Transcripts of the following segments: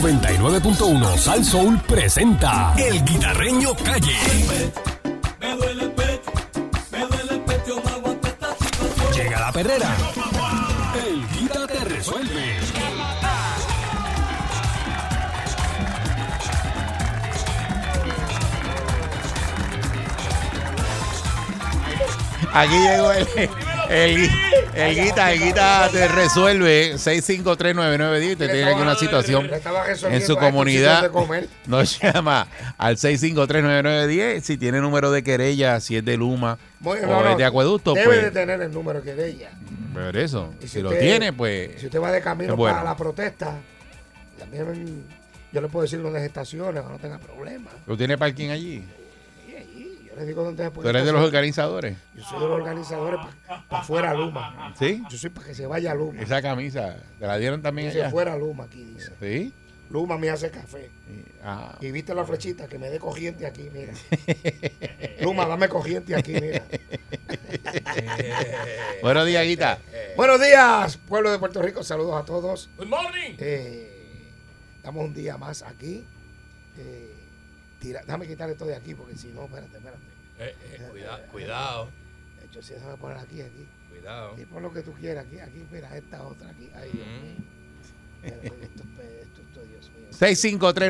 99.1 Sal Soul presenta El Guitarreño Calle. Me duele el pecho, me duele el pecho, no aguanto esta situación. Llega la perrera. El Guita te resuelve. Aquí llegó el, el, el guita, el guita te resuelve 6539910 y te tiene alguna situación Le estaba resolviendo en su a estos sitios comunidad. de comer. Nos llama al 6539910 si tiene número de querella, si es de Luma Bueno, o no, no, es de acueducto, Debe pues de tener el número que de ella. pero eso, Y si, si lo usted- tiene, pues Si usted va de camino Es bueno. para la protesta, también yo le puedo decir dónde se estaciona, que no tenga problemas. lo tiene parking allí. Pues, Y ahí, yo le digo dónde se Tú puede eres de los estacionar. organizadores, Yo soy de los organizadores para fuera Luma. ¿sí? Yo soy para que se vaya Luma. Esa camisa, ¿te la dieron también Que se allá? fuera Luma aquí, dice. ¿Sí? Luma me hace café. Ah, Y viste la flechita que me dé corriente aquí, mira. Luma, dame corriente aquí, mira. eh, Buenos días, guita. Buenos días, pueblo de Puerto Rico. Saludos a todos. Good morning. Eh, estamos un día más aquí. Eh, tira- déjame quitar esto de aquí porque si no, espérate, espérate. eh, Eh, eh, cuida- cuidado, De hecho, si se va a poner aquí, aquí. cuidado. Aquí pon lo que tú quieras, aquí, aquí, mira, esta otra, aquí. Ay, Dios Mm-hmm. mío. Espérate, Esto, es- esto, esto, Dios mío.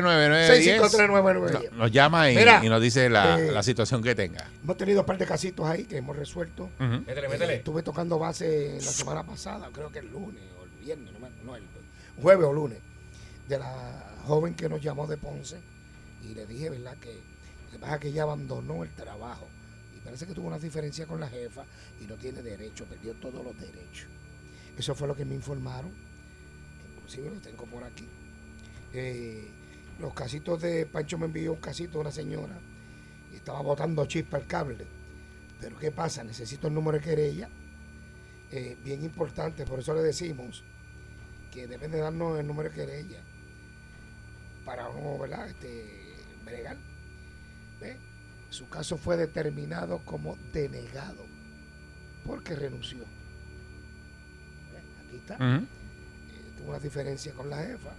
6539910 6539910. No- nos llama y, Mira, y nos dice la, eh, la situación que tenga. Hemos tenido un par de casitos ahí que hemos resuelto. Métele, Eh, métele. Estuve tocando base la semana pasada, creo que el lunes o el viernes, no, me- no, el jueves o lunes, de la joven que nos llamó de Ponce y le dije, ¿verdad? Que lo que pasa es que ella abandonó el trabajo y parece que tuvo una diferencia con la jefa y no tiene derecho, perdió todos los derechos. Eso fue lo que me informaron, inclusive lo tengo por aquí. Eh, los casitos de Pancho me envió un casito de una señora y estaba botando chispa el cable. Pero ¿qué pasa? Necesito el número de querella. eh, bien importante, por eso le decimos que deben de darnos el número de querella para uno, ¿verdad? Este, bregar. ¿Ve? Su caso fue determinado como denegado porque renunció. ¿Ve? Aquí está Ujú. eh, tuvo una diferencia con la jefa.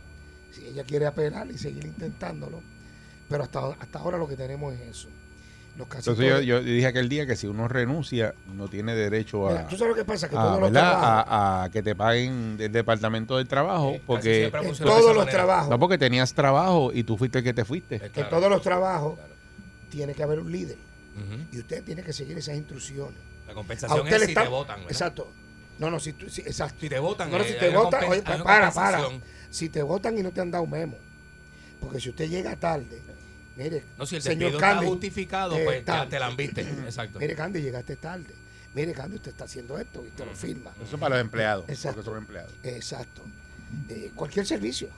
Si ella quiere apelar y seguir intentándolo, pero hasta, hasta ahora lo que tenemos es eso. Los casitos. Entonces yo, yo dije aquel día que si uno renuncia, no tiene derecho a, Mira, tú sabes lo que pasa, que a, todos los ¿verdad? Ah, trabajos, A- a que te paguen del departamento del trabajo, casi porque siempre. a- en de esa todos los manera. trabajos, no porque tenías trabajo y tú fuiste el que te fuiste. Eh, claro, en todos los trabajos claro. tiene que haber un líder Ujú. y usted tiene que seguir esas instrucciones. La A compensación usted es le si está te votan, ¿verdad? exacto. No, no, si, tú- si- exacto. Si te votan, No, no, eh, si hay te una votan, compen- oye, hay una para, para. compensación. Si te votan y no te han dado memo, porque si usted llega tarde, mire, No, si el señor despido está Candy, justificado, eh, pues ya tarde. te la han visto. Exacto. Mire, Candy, llegaste tarde. Mire, Candy, usted está haciendo esto y te lo firma. Eso para los empleados. Exacto. Porque son empleados. Exacto. Eh, cualquier servicio.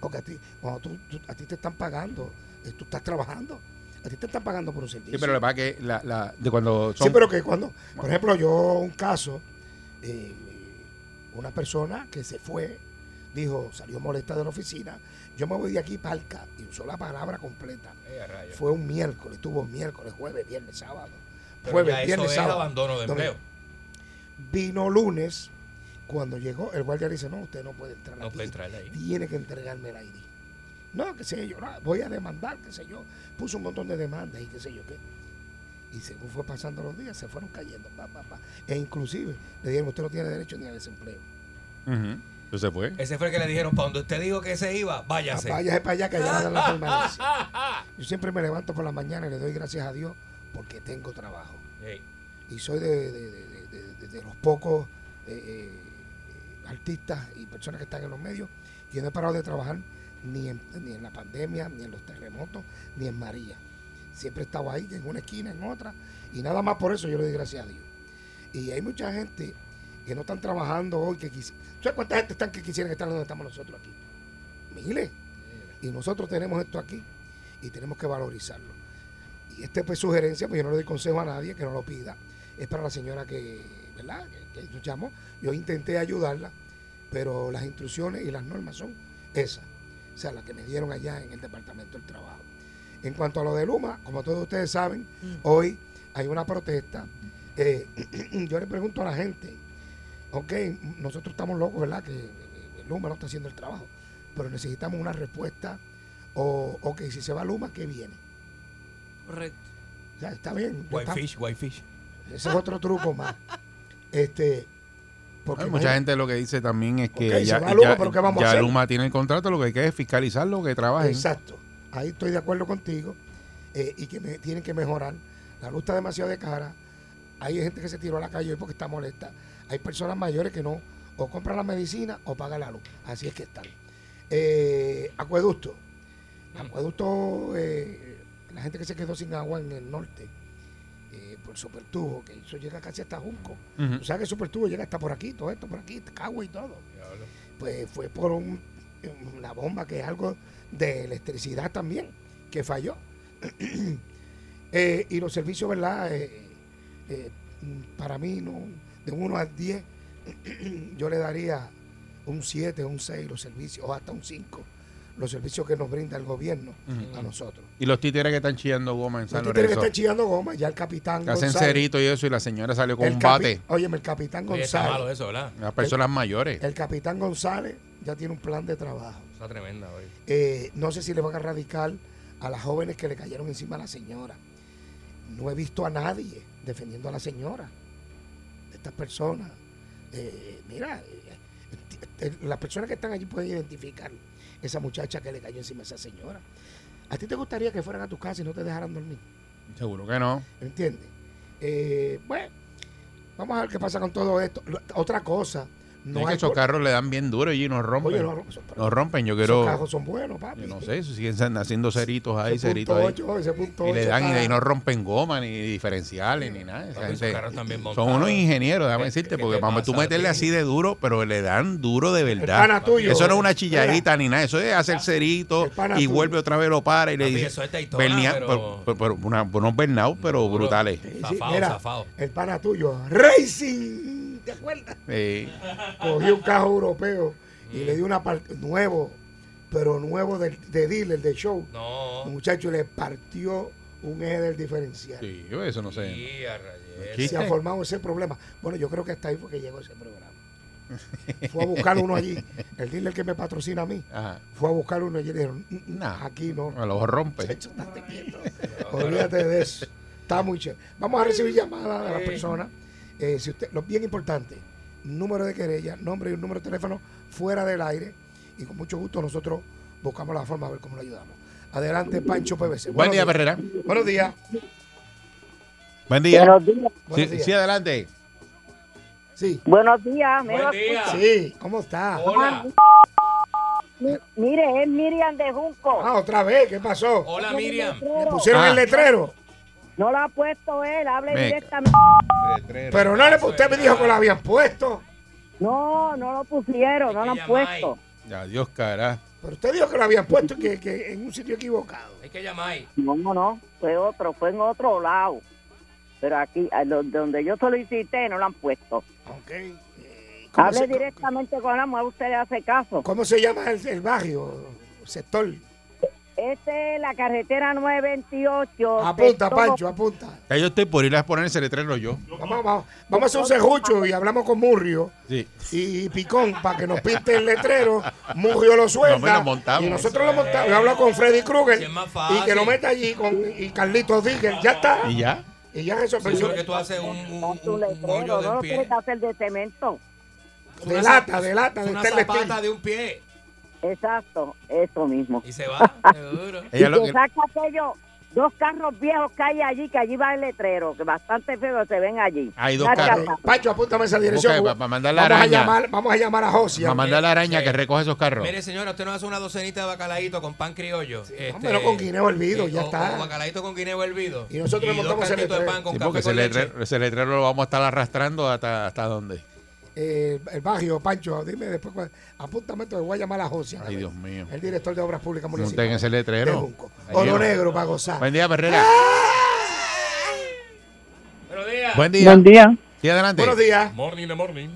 Porque a ti, cuando tú, tú- a ti te están pagando, eh, tú estás trabajando. A ti te están pagando por un servicio. Sí, pero lo que pasa es que la, la- de cuando son... Sí, pero que cuando, por ejemplo, yo un caso, eh, una persona que se fue, dijo, salió molesta de la oficina, yo me voy de aquí palca, y usó la palabra completa. Eh, a rayos. Fue un miércoles, tuvo miércoles, jueves, viernes, sábado. Pero jueves, ya eso viernes, es sábado. abandono de domingo. empleo. Vino lunes, cuando llegó, el guardia le dice, no, usted no puede entrar No aquí. puede entrar ahí. Tiene que entregarme el ID. No, qué sé yo, no, voy a demandar, qué sé yo. Puso un montón de demandas y qué sé yo qué. Y según fue pasando los días, se fueron cayendo. pa, pa, pa. E inclusive le dijeron, usted no tiene derecho ni a desempleo. Ujú. Entonces Eh, fue. Ese fue el que le dijeron, para donde usted dijo que se iba, váyase. Ah, Vaya para allá que allá le dan la permanencia. Yo siempre me levanto por la mañana y le doy gracias a Dios porque tengo trabajo. Ey, y soy de, de- de- de- de- de los pocos eh, eh, artistas y personas que están en los medios. Yo no he parado de trabajar ni en, ni en la pandemia, ni en los terremotos, ni en María. Siempre he estado ahí, en una esquina, en otra, y nada más por eso yo le doy gracias a Dios. Y hay mucha gente que no están trabajando hoy, que quisi- ¿Tú ¿Sabes cuánta gente están que quisieran estar donde estamos nosotros aquí? Miles. Y nosotros tenemos esto aquí y tenemos que valorizarlo. Y esta pues sugerencia, pues yo no le doy consejo a nadie que no lo pida. Es para la señora que, ¿verdad? Que, que nos llamó. Yo intenté ayudarla, pero las instrucciones y las normas son esas. O sea, las que me dieron allá en el Departamento del Trabajo. En cuanto a lo de Luma, como todos ustedes saben, hoy hay una protesta. Eh, yo le pregunto a la gente, ok, nosotros estamos locos, ¿verdad? Que eh, Luma no está haciendo el trabajo. pero necesitamos una respuesta. O, ok, si se va Luma, ¿qué viene? Correcto. O sea, está bien. está- Whitefish, Whitefish. ese es otro truco más. Este, porque Hay no mucha hay- gente lo que dice también es que Ok, se ya, va Luma, ya- pero ¿qué vamos a ya hacer? Luma tiene el contrato, lo que hay que es fiscalizar lo que trabajen. Exacto. Ahí estoy de acuerdo contigo. eh, y que me- tienen que mejorar. La luz está demasiado de cara. Hay gente que se tiró a la calle hoy porque está molesta. Hay personas mayores que no o compran la medicina o pagan la luz. Así es que están. Eh, acueducto. Acueducto, eh, la gente que se quedó sin agua en el norte eh, por supertubo, que eso llega casi hasta Junco. Ujú. O sea que el supertubo llega hasta por aquí, todo esto por aquí, Cagua y todo. Pues fue por un- una bomba que es algo de electricidad también, que falló. Eh, y los servicios, ¿verdad? Eh, eh, mm, para mí, no, de 1 a 10, yo le daría un 7, un 6 los servicios, o hasta un 5, los servicios que nos brinda el gobierno a nosotros. Y los títeres que están chillando goma en San Usted tiene que Lorenzo. estar chillando goma, ya el capitán Que hacen González- cerito y eso, y la señora salió con el un capi- bate. Óyeme, el capitán Oye, González. está malo eso, ¿verdad? Las personas mayores. El capitán González ya tiene un plan de trabajo. Está tremenda hoy. Eh, no sé si le van a radical a las jóvenes que le cayeron encima a la señora. No he visto a nadie defendiendo a la señora. de Estas personas. Eh, mira, eh, eh, las personas que están allí pueden identificar esa muchacha que le cayó encima a esa señora. ¿A ti te gustaría que fueran a tu casa y no te dejaran dormir? Seguro que no. ¿Entiendes? Eh, bueno, vamos a ver qué pasa con todo esto. Lo- Otra cosa. No No es que hay esos cor- carros le dan bien duro y nos rompen. Oye, no, no, pero- nos rompen. Yo Esos quiero. cajos son buenos, papi. Yo no sé, si siguen haciendo ceritos ahí, Ese punto ceritos ahí. ocho, ese punto Y le ocho dan y de ahí está- no rompen goma, ni diferenciales, ni nada. Esa Papi, esos gente- carros están bien son montados. unos ingenieros, déjame ¿Qué- decirte, qué porque te vamos, tú pasa a meterle ti? así de duro, pero le dan duro de El verdad. pana tuyo. Eso no es una chilladita chilladita ni nada, eso es hacer cerito El pana y tuyo. vuelve otra vez, lo para y le Papi, dice. eso es Daytona, Bernia- pero- pero- pero- pero una- unos burnout, pero Duro. brutales. Zafado, zafado. El pana tuyo, Racing, ¿te acuerdas? Eh, Cogió un cajo europeo y le dio una parte nuevo, pero nuevo de, de dealer, de show. No. El muchacho le partió un eje del diferencial. sí, eso no sé. Sí, a rayes. Aquí- Se ha formado ese problema. Bueno, yo creo que hasta ahí fue que llegó ese programa. Fue a buscar uno allí. El dealer que me patrocina a mí. Ajá. Fue a buscar uno allí y le dijeron, "Mm, mm, Nah. aquí no. Me los rompe. Chacho, estate quieto. Olvídate de eso. Está muy chévere. Vamos a recibir llamadas de las personas. Eh, si usted, lo bien importante, número de querella, nombre y un número de teléfono fuera del aire. Y con mucho gusto nosotros buscamos la forma de ver cómo lo ayudamos. Adelante, Pancho PBC. Buen Buenos día, días. Perrera. Buenos días. Buen día. Buenos días. Buenos Sí, días. sí, adelante. Sí. Buenos días. Buen día. Sí, ¿cómo está? Hola. Mi- Mire, es Miriam de Junco. Ah, otra vez, ¿qué pasó? Hola, Miriam. Le pusieron Ah. el letrero, No la ha puesto él, hable Venga. directamente. pero no le usted me dijo que lo habían puesto. No, no lo pusieron, no Hay lo que han llamar. puesto. Ya, Dios, cara. Pero usted dijo que lo habían puesto y que, que en un sitio equivocado. Hay que llamar. ahí. No, no, no, fue otro, fue en otro lado. Pero aquí, a lo- donde yo solicité, no lo han puesto. Ok. Eh, ¿cómo Hable se- directamente con la mujer, usted le hace caso. ¿Cómo se llama el, el barrio? Sector. Esta Este es la carretera 928. Apunta, sector- Pancho, apunta. Ya yo estoy por ir a poner ese letrero yo. Vamos, vamos, vamos a hacer un cejucho y hablamos con Murrio Sí. y Picón para que nos pinte el letrero. Murrio lo No, pues suelta. lo montamos. y nosotros lo montamos. Yo hablo con Freddy Krueger Sí, es más y que lo fácil. meta allí con y Carlitos Díaz. Ya está. ¿Y ya? Y ya Yo creo que resolvió. tú haces un, un, Con su un- un letrero, hoyo de no un lo pie. tiene que hacer de cemento. De Una lata, zap- de lata, de este una stainless zapata steel. de un pie. Exacto, eso mismo. Y se va, seguro. Ella y lo- que saca aquellos dos carros viejos que hay allí, que allí va el letrero, que bastante feo se ven allí. Hay dos Saca carros. acá. Pancho, apúntame esa dirección. Ok, pa- pa mandar la vamos, araña. A llamar, vamos a llamar a Josia. a mandar la araña Sí. que recoge esos carros. Mire, señora, usted nos hace una docenita de bacalaíto con pan criollo. este, pero con guineo hervido, y- ya o- está. o bacalaíto con guineo hervido. Y nosotros le dos montamos el cantitos de letrero. pan con Sí, café porque ese con leche. letrero, ese letrero lo vamos a estar arrastrando hasta, hasta dónde. Eh, el barrio, Pancho, dime después. cuál- Apúntame esto, voy a llamar a Josia. Ay, Dios mío. El director de Obras Públicas Monten Municipales. ese de letrero. Junco. Ay, Oro Dios. negro para gozar. Buen día, Herrera. ¡Ah! Buenos días. Buen día. Buen día. Sí, adelante. Buenos días. Morning de morning.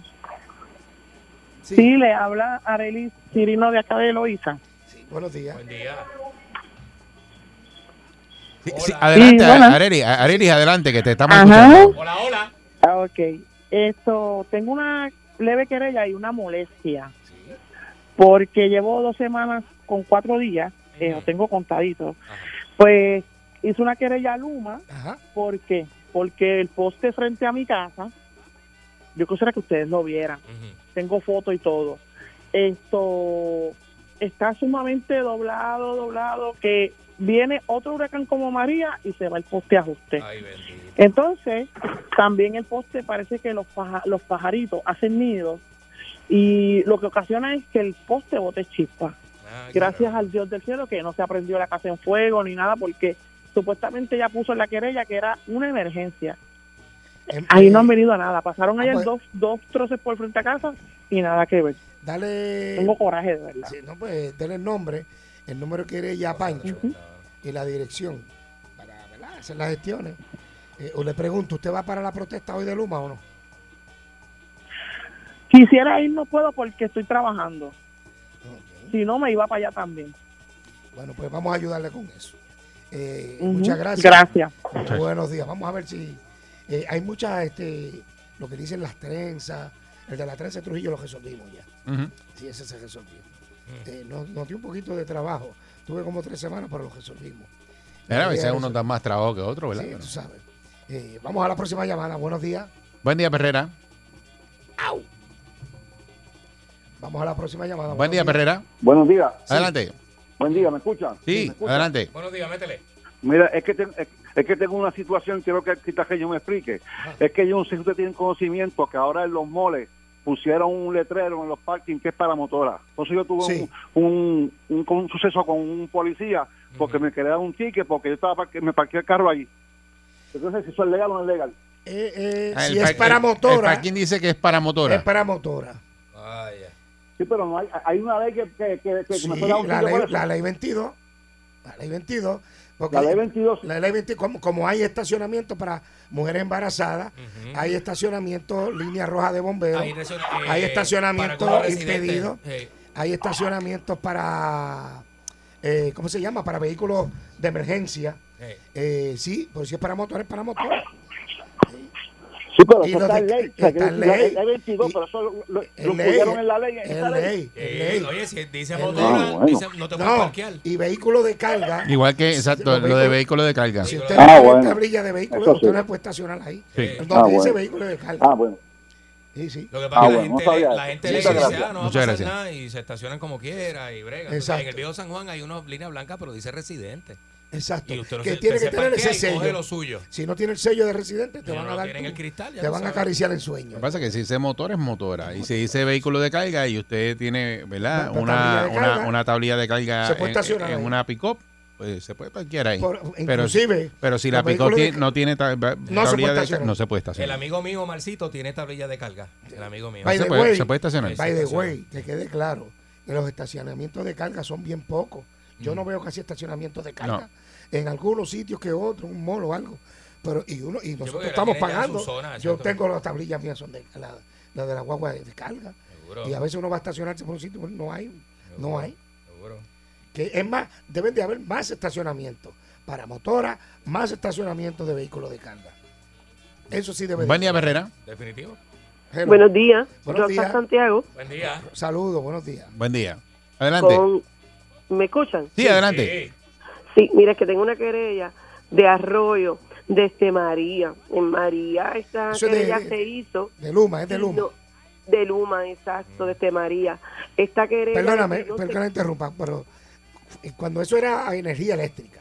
Sí. le habla Arely Cirino de acá de Loiza. Sí, buenos días. Buen día. Sí, sí, Hola. adelante, Sí, hola. Areli, Areli, adelante, que te estamos Ajá. escuchando. Hola, hola. Ah, ok. Esto, tengo una leve querella y una molestia. porque llevo dos semanas con cuatro días, eh, Ujú. lo tengo contadito. Ajá. Pues hice una querella a Luma, Ajá. ¿por qué? Porque el poste frente a mi casa, yo quisiera que ustedes lo vieran, Ujú. tengo foto y todo. Esto está sumamente doblado, doblado, que viene otro huracán como María y se va el poste a ajuste. Ay, bendito. Entonces, también el poste parece que los, paja- los pajaritos hacen nidos y lo que ocasiona es que el poste bote chispa. Ay, Gracias caramba. al Dios del cielo que no se aprendió la casa en fuego ni nada porque supuestamente ya puso en la querella que era una emergencia. Em- Ahí no eh, han venido a nada. Pasaron Ah, ayer pues. dos, dos troces por frente a casa y nada que ver. Dale. Tengo coraje de verdad. Sí, no, pues, dale el nombre, el número que eres ya Pancho y la dirección para ¿verdad? hacer las gestiones. Eh, o le pregunto, ¿usted va para la protesta hoy de Luma o no? Quisiera ir, no puedo porque estoy trabajando. Ok. Si no, me iba para allá también. Bueno, pues vamos a ayudarle con eso. Eh, Ujú. Muchas gracias. Gracias. Muchas Buenos días. Vamos a ver si eh, hay muchas, este, lo que dicen las trenzas. El de la trenza de Trujillo lo resolvimos ya. Ujú. Sí, ese se resolvió. Mm. Eh, nos, nos dio un poquito de trabajo. Tuve como tres semanas, pero lo resolvimos. Mira, a Eh, veces uno resol- da más trabajo que otro, ¿verdad? Sí, Pero- tú sabes. Eh, vamos a la próxima llamada. Buenos días. Buen día, Perrera. Vamos a la próxima llamada. Buen Buenos día, días. Perrera. Buenos días, Adelante. buen día, ¿me escuchan? ¿me Sí, escuchan? adelante. Buenos días, métele. Mira, es que, ten- es, es que tengo una situación, quiero que el quitajeño me explique. Es que yo no sé si ustedes tienen conocimiento que ahora en los moles pusieron un letrero en los parkings que es para motora. Entonces yo tuve Sí. un, un, un- con un suceso con un policía porque me quería dar un ticket porque yo estaba parque- me parqué el carro ahí. Entonces, si eso es legal o no es legal. Eh, eh, Ah, el si es pack- para el- El motora, parking dice que es para motora. es para motora. Vaya. Sí, pero no hay, hay una ley que, que, que, que Sí, me puede dar un la, ticket ley, por eso. la ley 22. La ley 22. Porque La ley 22. la ley 20, como, como hay estacionamiento para mujeres embarazadas, Ujú. hay estacionamiento línea roja de bomberos, Ahí resu- eh, hay para estacionamiento los residentes. impedido, Sí. hay estacionamientos para, eh, ¿cómo se llama? Para vehículos de emergencia. Sí. Eh, sí, pero si es para motores, para motores. Sí, pero Y eso lo está de- en ley. O sea, está que en la- ley. la ley 22, Y- pero eso lo, lo- Es lo ley, pusieron en la ley. En es esa ley. ley, es Eh, ley. oye, si dice Es motora, ley. Ah, bueno. dice, no te puedes No, parquear. y vehículos de carga. Igual que, exacto, los lo de vehículos- vehículo de carga. Si Sí. usted Ah, no tiene bueno. tablilla de vehículo, Eso usted sí. no puede estacionar ahí. Sí. Donde Ah, dice bueno. vehículo de carga. Ah, bueno. Sí, sí. Lo que pasa Ah, es que bueno, no la gente, sabía la eso. gente Sí, le dice, muchas ah, no va a Muchas pasar gracias. nada y se estacionan como quiera y bregan. Exacto. En el viejo San Juan hay una línea blanca, pero dice residente. Exacto. Y usted no que se, tiene usted que se tener parquea ese y coge sello. lo suyo. Si no tiene el sello de residente, te Si van no a lo dar. tienen tu- el cristal, ya te tú van a sabes. acariciar el Lo sueño. que pasa es que si dice motor es motora. Y si dice vehículo de carga y usted tiene, ¿verdad? Una tablilla Una, de una, carga. una tablilla de carga Se puede en, estacionar en ahí. una pick-up, pues se puede parquear ahí. Por- pero, si- inclusive, pero si la los pick-up vehículos de ti- ca- no tiene ta- puede ba- tablilla de carga, estacionar. no se puede El estacionar. amigo mío, Marcito, tiene tablilla de carga. El amigo mío. No By se the puede, way, se puede estacionar. By the estaciona. way, que quede claro que los estacionamientos de carga son bien pocos. Yo no veo casi estacionamientos de carga en algunos sitios que otros, un molo o algo. Pero y uno y nosotros porque la estamos tienen ya en su pagando. zona, Yo exacto. tengo las tablillas mías son de la, la de la guagua de, de carga Seguro. y a veces uno va a estacionarse por un sitio bueno, no hay, no hay. Seguro. Que es más, deben de haber más estacionamientos para motora, más estacionamientos de vehículos de carga. Eso sí debe. de- Buen día, Herrera. Definitivo. Hello. Buenos días, Buenos Rosa días. Santiago. Buen día. Saludos, buenos días. Buen día. Adelante. Con, ¿Me escuchan? Sí, adelante. Sí. Sí, mira, es que tengo una querella de arroyo desde María. En María esa Eso es de- querella de- se hizo. De Luma, es de Luma. No, de Luma, exacto, desde María. Esta querella... Perdóname, no perdóname se- que la interrumpa, pero eh, cuando eso era a energía eléctrica,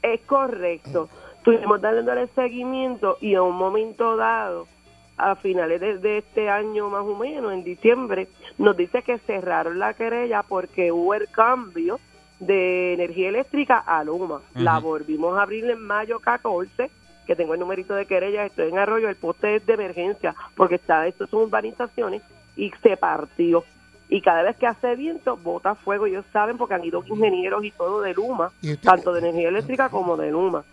Es correcto. Estuvimos dándole seguimiento y a un momento dado, a finales de, de este año más o menos, en diciembre, nos dice que cerraron la querella porque hubo el cambio de energía eléctrica a Luma. La volvimos a abrir en mayo 14, que tengo el numerito de querella, estoy en Arroyo, el poste es de emergencia, porque está, esto son urbanizaciones, y se partió. Y cada vez que hace viento, bota fuego. Ellos saben porque han ido ingenieros y todo de Luma ¿Y usted- tanto de energía eléctrica como de Luma.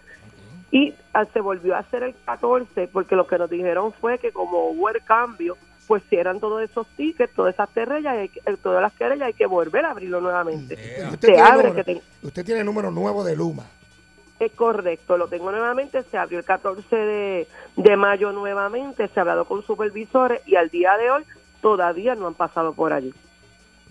Y ah, se volvió a hacer el 14 porque lo que nos dijeron fue que como hubo el cambio, pues cierran todos esos tickets, todas esas querellas, y hay que- eh, todas las querellas hay que volver a abrirlo nuevamente. y Ea. Eh, usted, tiene abre, número, que te- usted tiene el número nuevo de Luma. Es correcto, lo tengo nuevamente, se abrió el 14 de, de mayo nuevamente, se ha hablado con supervisores y al día de hoy todavía no han pasado por allí.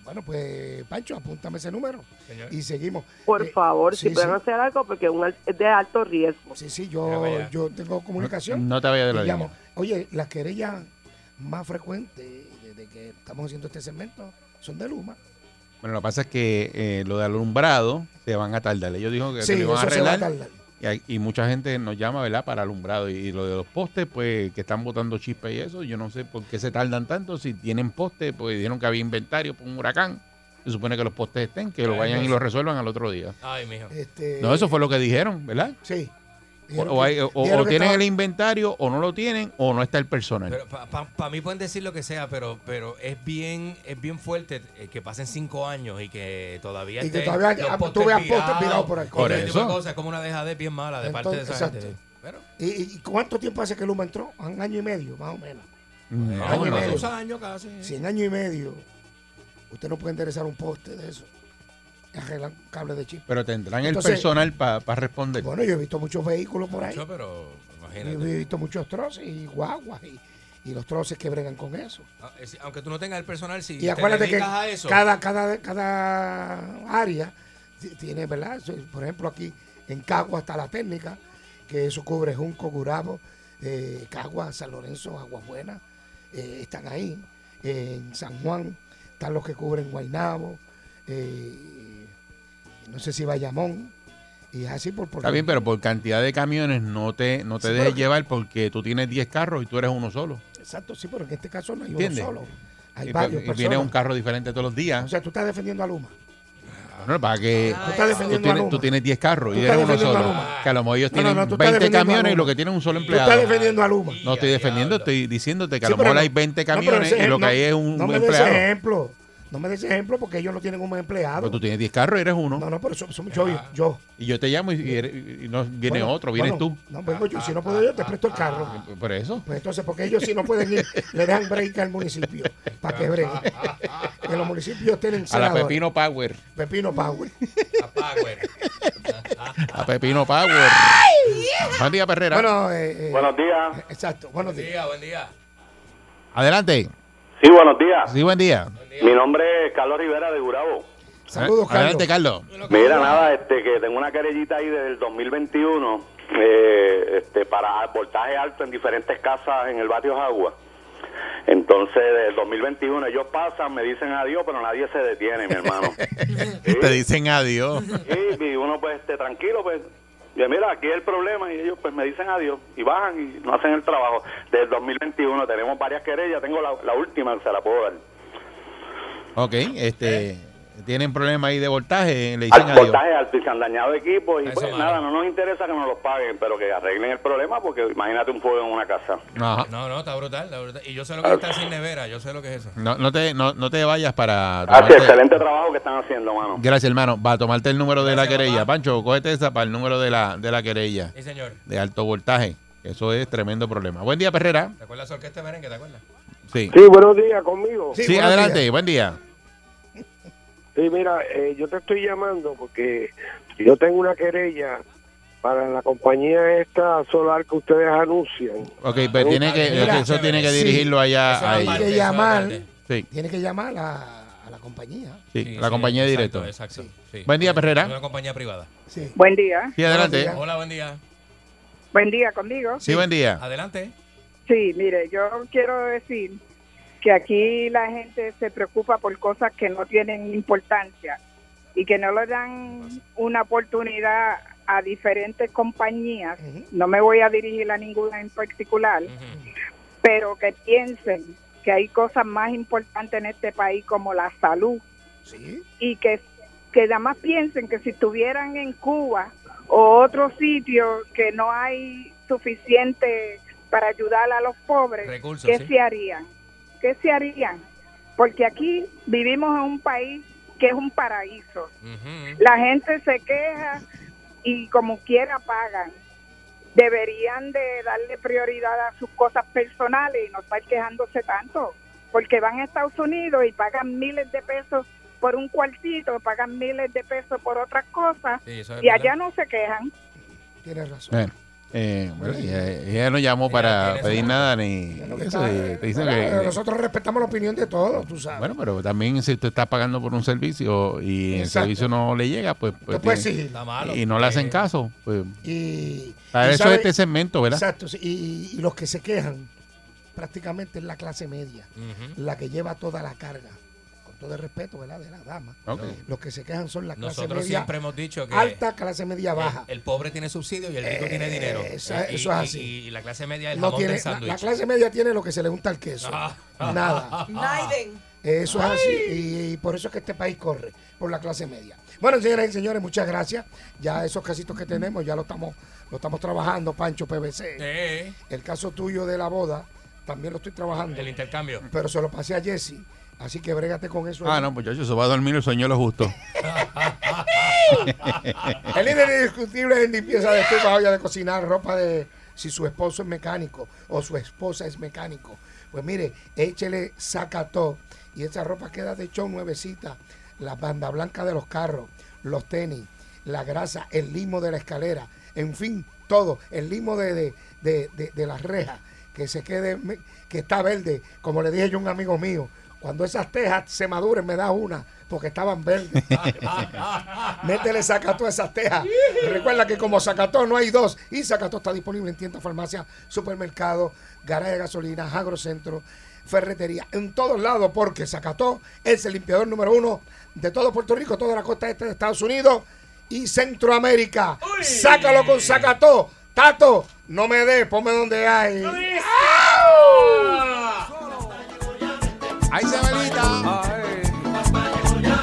Bueno, pues, Pancho, apúntame ese número Señor. y seguimos. Por Eh, favor, sí, si pueden sí. hacer algo, porque es un al- es de alto riesgo. Sí, sí, Mira yo, para allá. yo tengo comunicación. No te vayas de y la llamo. línea. Oye, las querellas más frecuentes desde que estamos haciendo este segmento son de Luma. Bueno, lo que pasa es que eh, lo de alumbrado se van a tardar. Ellos dijeron que Sí, se lo iban a eso se va a arreglar. tardar. Y, hay- y mucha gente nos llama, ¿verdad? Para alumbrado. Y, lo de los postes, pues, que están botando chispas y eso, yo no sé por qué se tardan tanto. Si tienen postes, pues dijeron que había inventario por un huracán. Se supone que los postes estén, que lo Ay, vayan no y sé. lo resuelvan al otro día. Ay, mijo. Este, No, eso fue lo que dijeron, ¿verdad? Sí. O, Dijeron o que- hay- o- o dijeron que tienen estaba- el inventario, o no lo tienen, o no está el personal. Pero para mí pueden decir lo que sea, pero pero es bien es bien fuerte eh, que pasen cinco años y que todavía Y que estén todavía los ah, tú postes veas postes virados, virados por ahí. todo ese Por tipo de eso. cosas, es como una dejadez bien mala de parte de Entonces, esa gente. exacto. Pero ¿Y, y cuánto tiempo hace que Luma entró? Un año y medio, más o menos. No, año y no, medio, no. dos eh, años casi. Si en año y medio usted no puede enderezar un poste de eso, y arreglar un cable de chip. Pero tendrán Entonces- el personal para responder. Bueno, yo he visto muchos vehículos por ahí. Mucho, pero Yo imagínate. he visto muchos troces y guaguas y, y los troces que bregan con eso. Ah, es- Aunque tú no tengas el personal, si Y, te acuérdate que dedicas a eso, cada, cada, cada área ti- tiene, ¿verdad? Eso es, Por ejemplo, aquí en Cagua está la técnica, que eso cubre Junco, Gurabo, eh, Cagua, San Lorenzo, Aguabuena, eh, están ahí. Eh, en San Juan están los que cubren Guaynabo, eh, no sé si Bayamón, y así por... por Está bien, pero por cantidad de camiones no te, no te Sí, dejes pero- llevar porque tú tienes 10 carros y tú eres uno solo. Exacto, sí, pero en este caso no hay ¿Entiendes? uno solo. Hay Y- pues, varios. y viene personas. un carro diferente todos los días. O sea, tú estás defendiendo a Luma. no, para que Tú estás tú, defendiendo a tienes, Luma. tú tienes 10 carros y Tú estás eres uno defendiendo solo. a Luma. Que a lo mejor ellos No, no, tienen no, tú estás 20 defendiendo a camiones y Luma. lo que tiene es un solo Tú estás empleado. defendiendo a Luma. No estoy defendiendo, estoy diciéndote que a Sí, lo pero mejor no- hay 20 No, pero camiones ese- y lo que no- hay es un no me des empleado. ejemplo. No me des ejemplo porque ellos no tienen un empleado. Pero tú tienes 10 carros y eres uno. No, no, pero eso, eso yo, yo, yo. Y yo te llamo y, y eres- y no, viene Bueno, otro, vienes bueno, tú. No, vengo yo. Si no puedo yo, te presto el carro. Por eso. Pues entonces, porque ellos si no pueden ir, le dan break al municipio para que bregue. Que los municipios tienen A la senadores. Pepino Power. Pepino Power. apaga, güey. A Pepino Power. Buen día, Perrera. Bueno, eh, eh, Buenos días. exacto. Buenos Buen días. día, buen día. Adelante. Sí, buenos días. Sí, buen día. Mi nombre es Carlos Rivera de Gurabo. Saludos, Carlos. Adelante, Carlos. Mira, nada, este, que tengo una querellita ahí desde el 2021 eh, este, para voltaje alto en diferentes casas en el barrio Jagua. Entonces, desde el 2021 ellos pasan, me dicen adiós, pero nadie se detiene, mi hermano. Te dicen adiós. Y, y uno, pues, este, tranquilo, pues, y mira, aquí es el problema, y ellos, pues, me dicen adiós, y bajan y no hacen el trabajo. Desde el 2021 tenemos varias querellas, tengo la, la última, se la puedo dar. Ok, este. Tienen problema ahí de voltaje, le dicen al adiós. Ah, voltaje alto y se han dañado equipos y Eso, pues mano. nada, no nos interesa que nos los paguen, pero que arreglen el problema porque imagínate un fuego en una casa. Ajá. No, no, está brutal, está brutal. Y yo sé lo que es estar sin nevera, yo sé lo que es eso. No, no, te, no, no te vayas para. Así, tomarte- excelente trabajo que están haciendo, mano. Gracias, hermano. Va a tomarte el número de la Gracias, querella. papá. Pancho, cógete esa para el número de la, de la querella Sí, señor. de alto voltaje. Eso es tremendo problema. Buen día, Perrera. ¿Te acuerdas de Orquesta Merengue? ¿Te acuerdas? Sí. Sí, buenos días conmigo. Sí, buenos adelante. días. Buen día. Sí, mira, eh, yo te estoy llamando porque yo tengo una querella para la compañía esta solar que ustedes anuncian. Ok, pues tiene que, Mira, eso tiene que sí. dirigirlo Eso allá. no a ella. vale. que eso llamar. aparte. Sí, Tiene que llamar a, a la compañía. sí, Sí, la sí, compañía de exacto, directo. Exacto. sí. Buen día, Perrera. Una compañía privada. Sí. Buen día. Sí, adelante. Hola, buen día. Buen día conmigo. Sí, buen día. Adelante. Sí, mire, yo quiero decir que aquí la gente se preocupa por cosas que no tienen importancia y que no le dan una oportunidad a diferentes compañías. Ujú. No me voy a dirigir a ninguna en particular, Ujú. pero que piensen que hay cosas más importantes en este país como la salud Sí. y que, que nada más piensen que si estuvieran en Cuba o otro sitio que no hay suficiente para ayudar a los pobres, Recursos, ¿qué sí. se harían? ¿Qué se harían? Porque aquí vivimos en un país que es un paraíso. Ujú. La gente se queja y como quiera pagan. Deberían de darle prioridad a sus cosas personales y no estar quejándose tanto, porque van a Estados Unidos y pagan miles de pesos por un cuartito, pagan miles de pesos por otras cosas Sí, eso es y verdad. allá no se quejan. Tienes razón. Bueno, Eh, bueno, ella, ella no llamó para pedir nada ni eso. eh, y te dicen Ahora, que- Nosotros respetamos la opinión de todos, tú sabes. bueno, pero también si usted está pagando por un servicio y el Exacto. servicio no le llega, pues, pues, Pues tiene- sí. Está malo, y no le Eh, hacen caso, pues Y, Para y eso sabe- este segmento, ¿verdad? Exacto. sí, Y, y los que se quejan prácticamente es la clase media, Ujú. la que lleva toda la carga. Con todo el respeto, ¿verdad? De la dama. Ok. Los que se quejan son la clase Nosotros media siempre hemos dicho que alta, clase media baja. El, el pobre tiene subsidio y el rico Eh, tiene dinero. eso- eso Y- es y- así. Y, y la clase media el No jamón tiene- del la, sándwich. Ah. la clase media tiene lo que se le unta al queso. Nada. Eso es así. Y, y por eso es que este país corre, por la clase media. Bueno, señoras y señores, muchas gracias. Ya esos casitos que tenemos, ya lo estamos, lo estamos trabajando, Pancho PVC. Eh, El caso tuyo de la boda, también lo estoy trabajando. el intercambio. Pero se lo pasé a Jesse. Así que brégate con eso. Ah, no, muchachos, se va a dormir el sueño lo justo. El líder indiscutible en limpieza de estufa, olla de cocinar, ropa de si su esposo es mecánico o su esposa es mecánico. Pues mire, échele sacató y esa ropa queda de show nuevecita. La banda blanca de los carros, los tenis, la grasa, el limo de la escalera, en fin, todo. El limo de, de, de, de- de las rejas, que se quede, me- que está verde, como le dije yo a un amigo mío. Cuando esas tejas se maduren, me da una, porque estaban verdes. Métele Zacató a esas tejas. Recuerda que como Zacató no hay dos. Y Zacató está disponible en tiendas, farmacias, supermercados, garaje de gasolina, agrocentro, ferretería, en todos lados, porque Zacató es el limpiador número uno de todo Puerto Rico, toda la costa este de Estados Unidos y Centroamérica. Sácalo con Zacató. Tato, no me dé, ponme donde hay. ¡Ay, Sabelita! Papá llegó ya.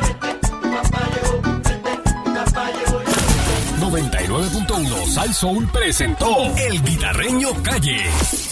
99.1 Sal Soul presentó El Guitarreño Calle.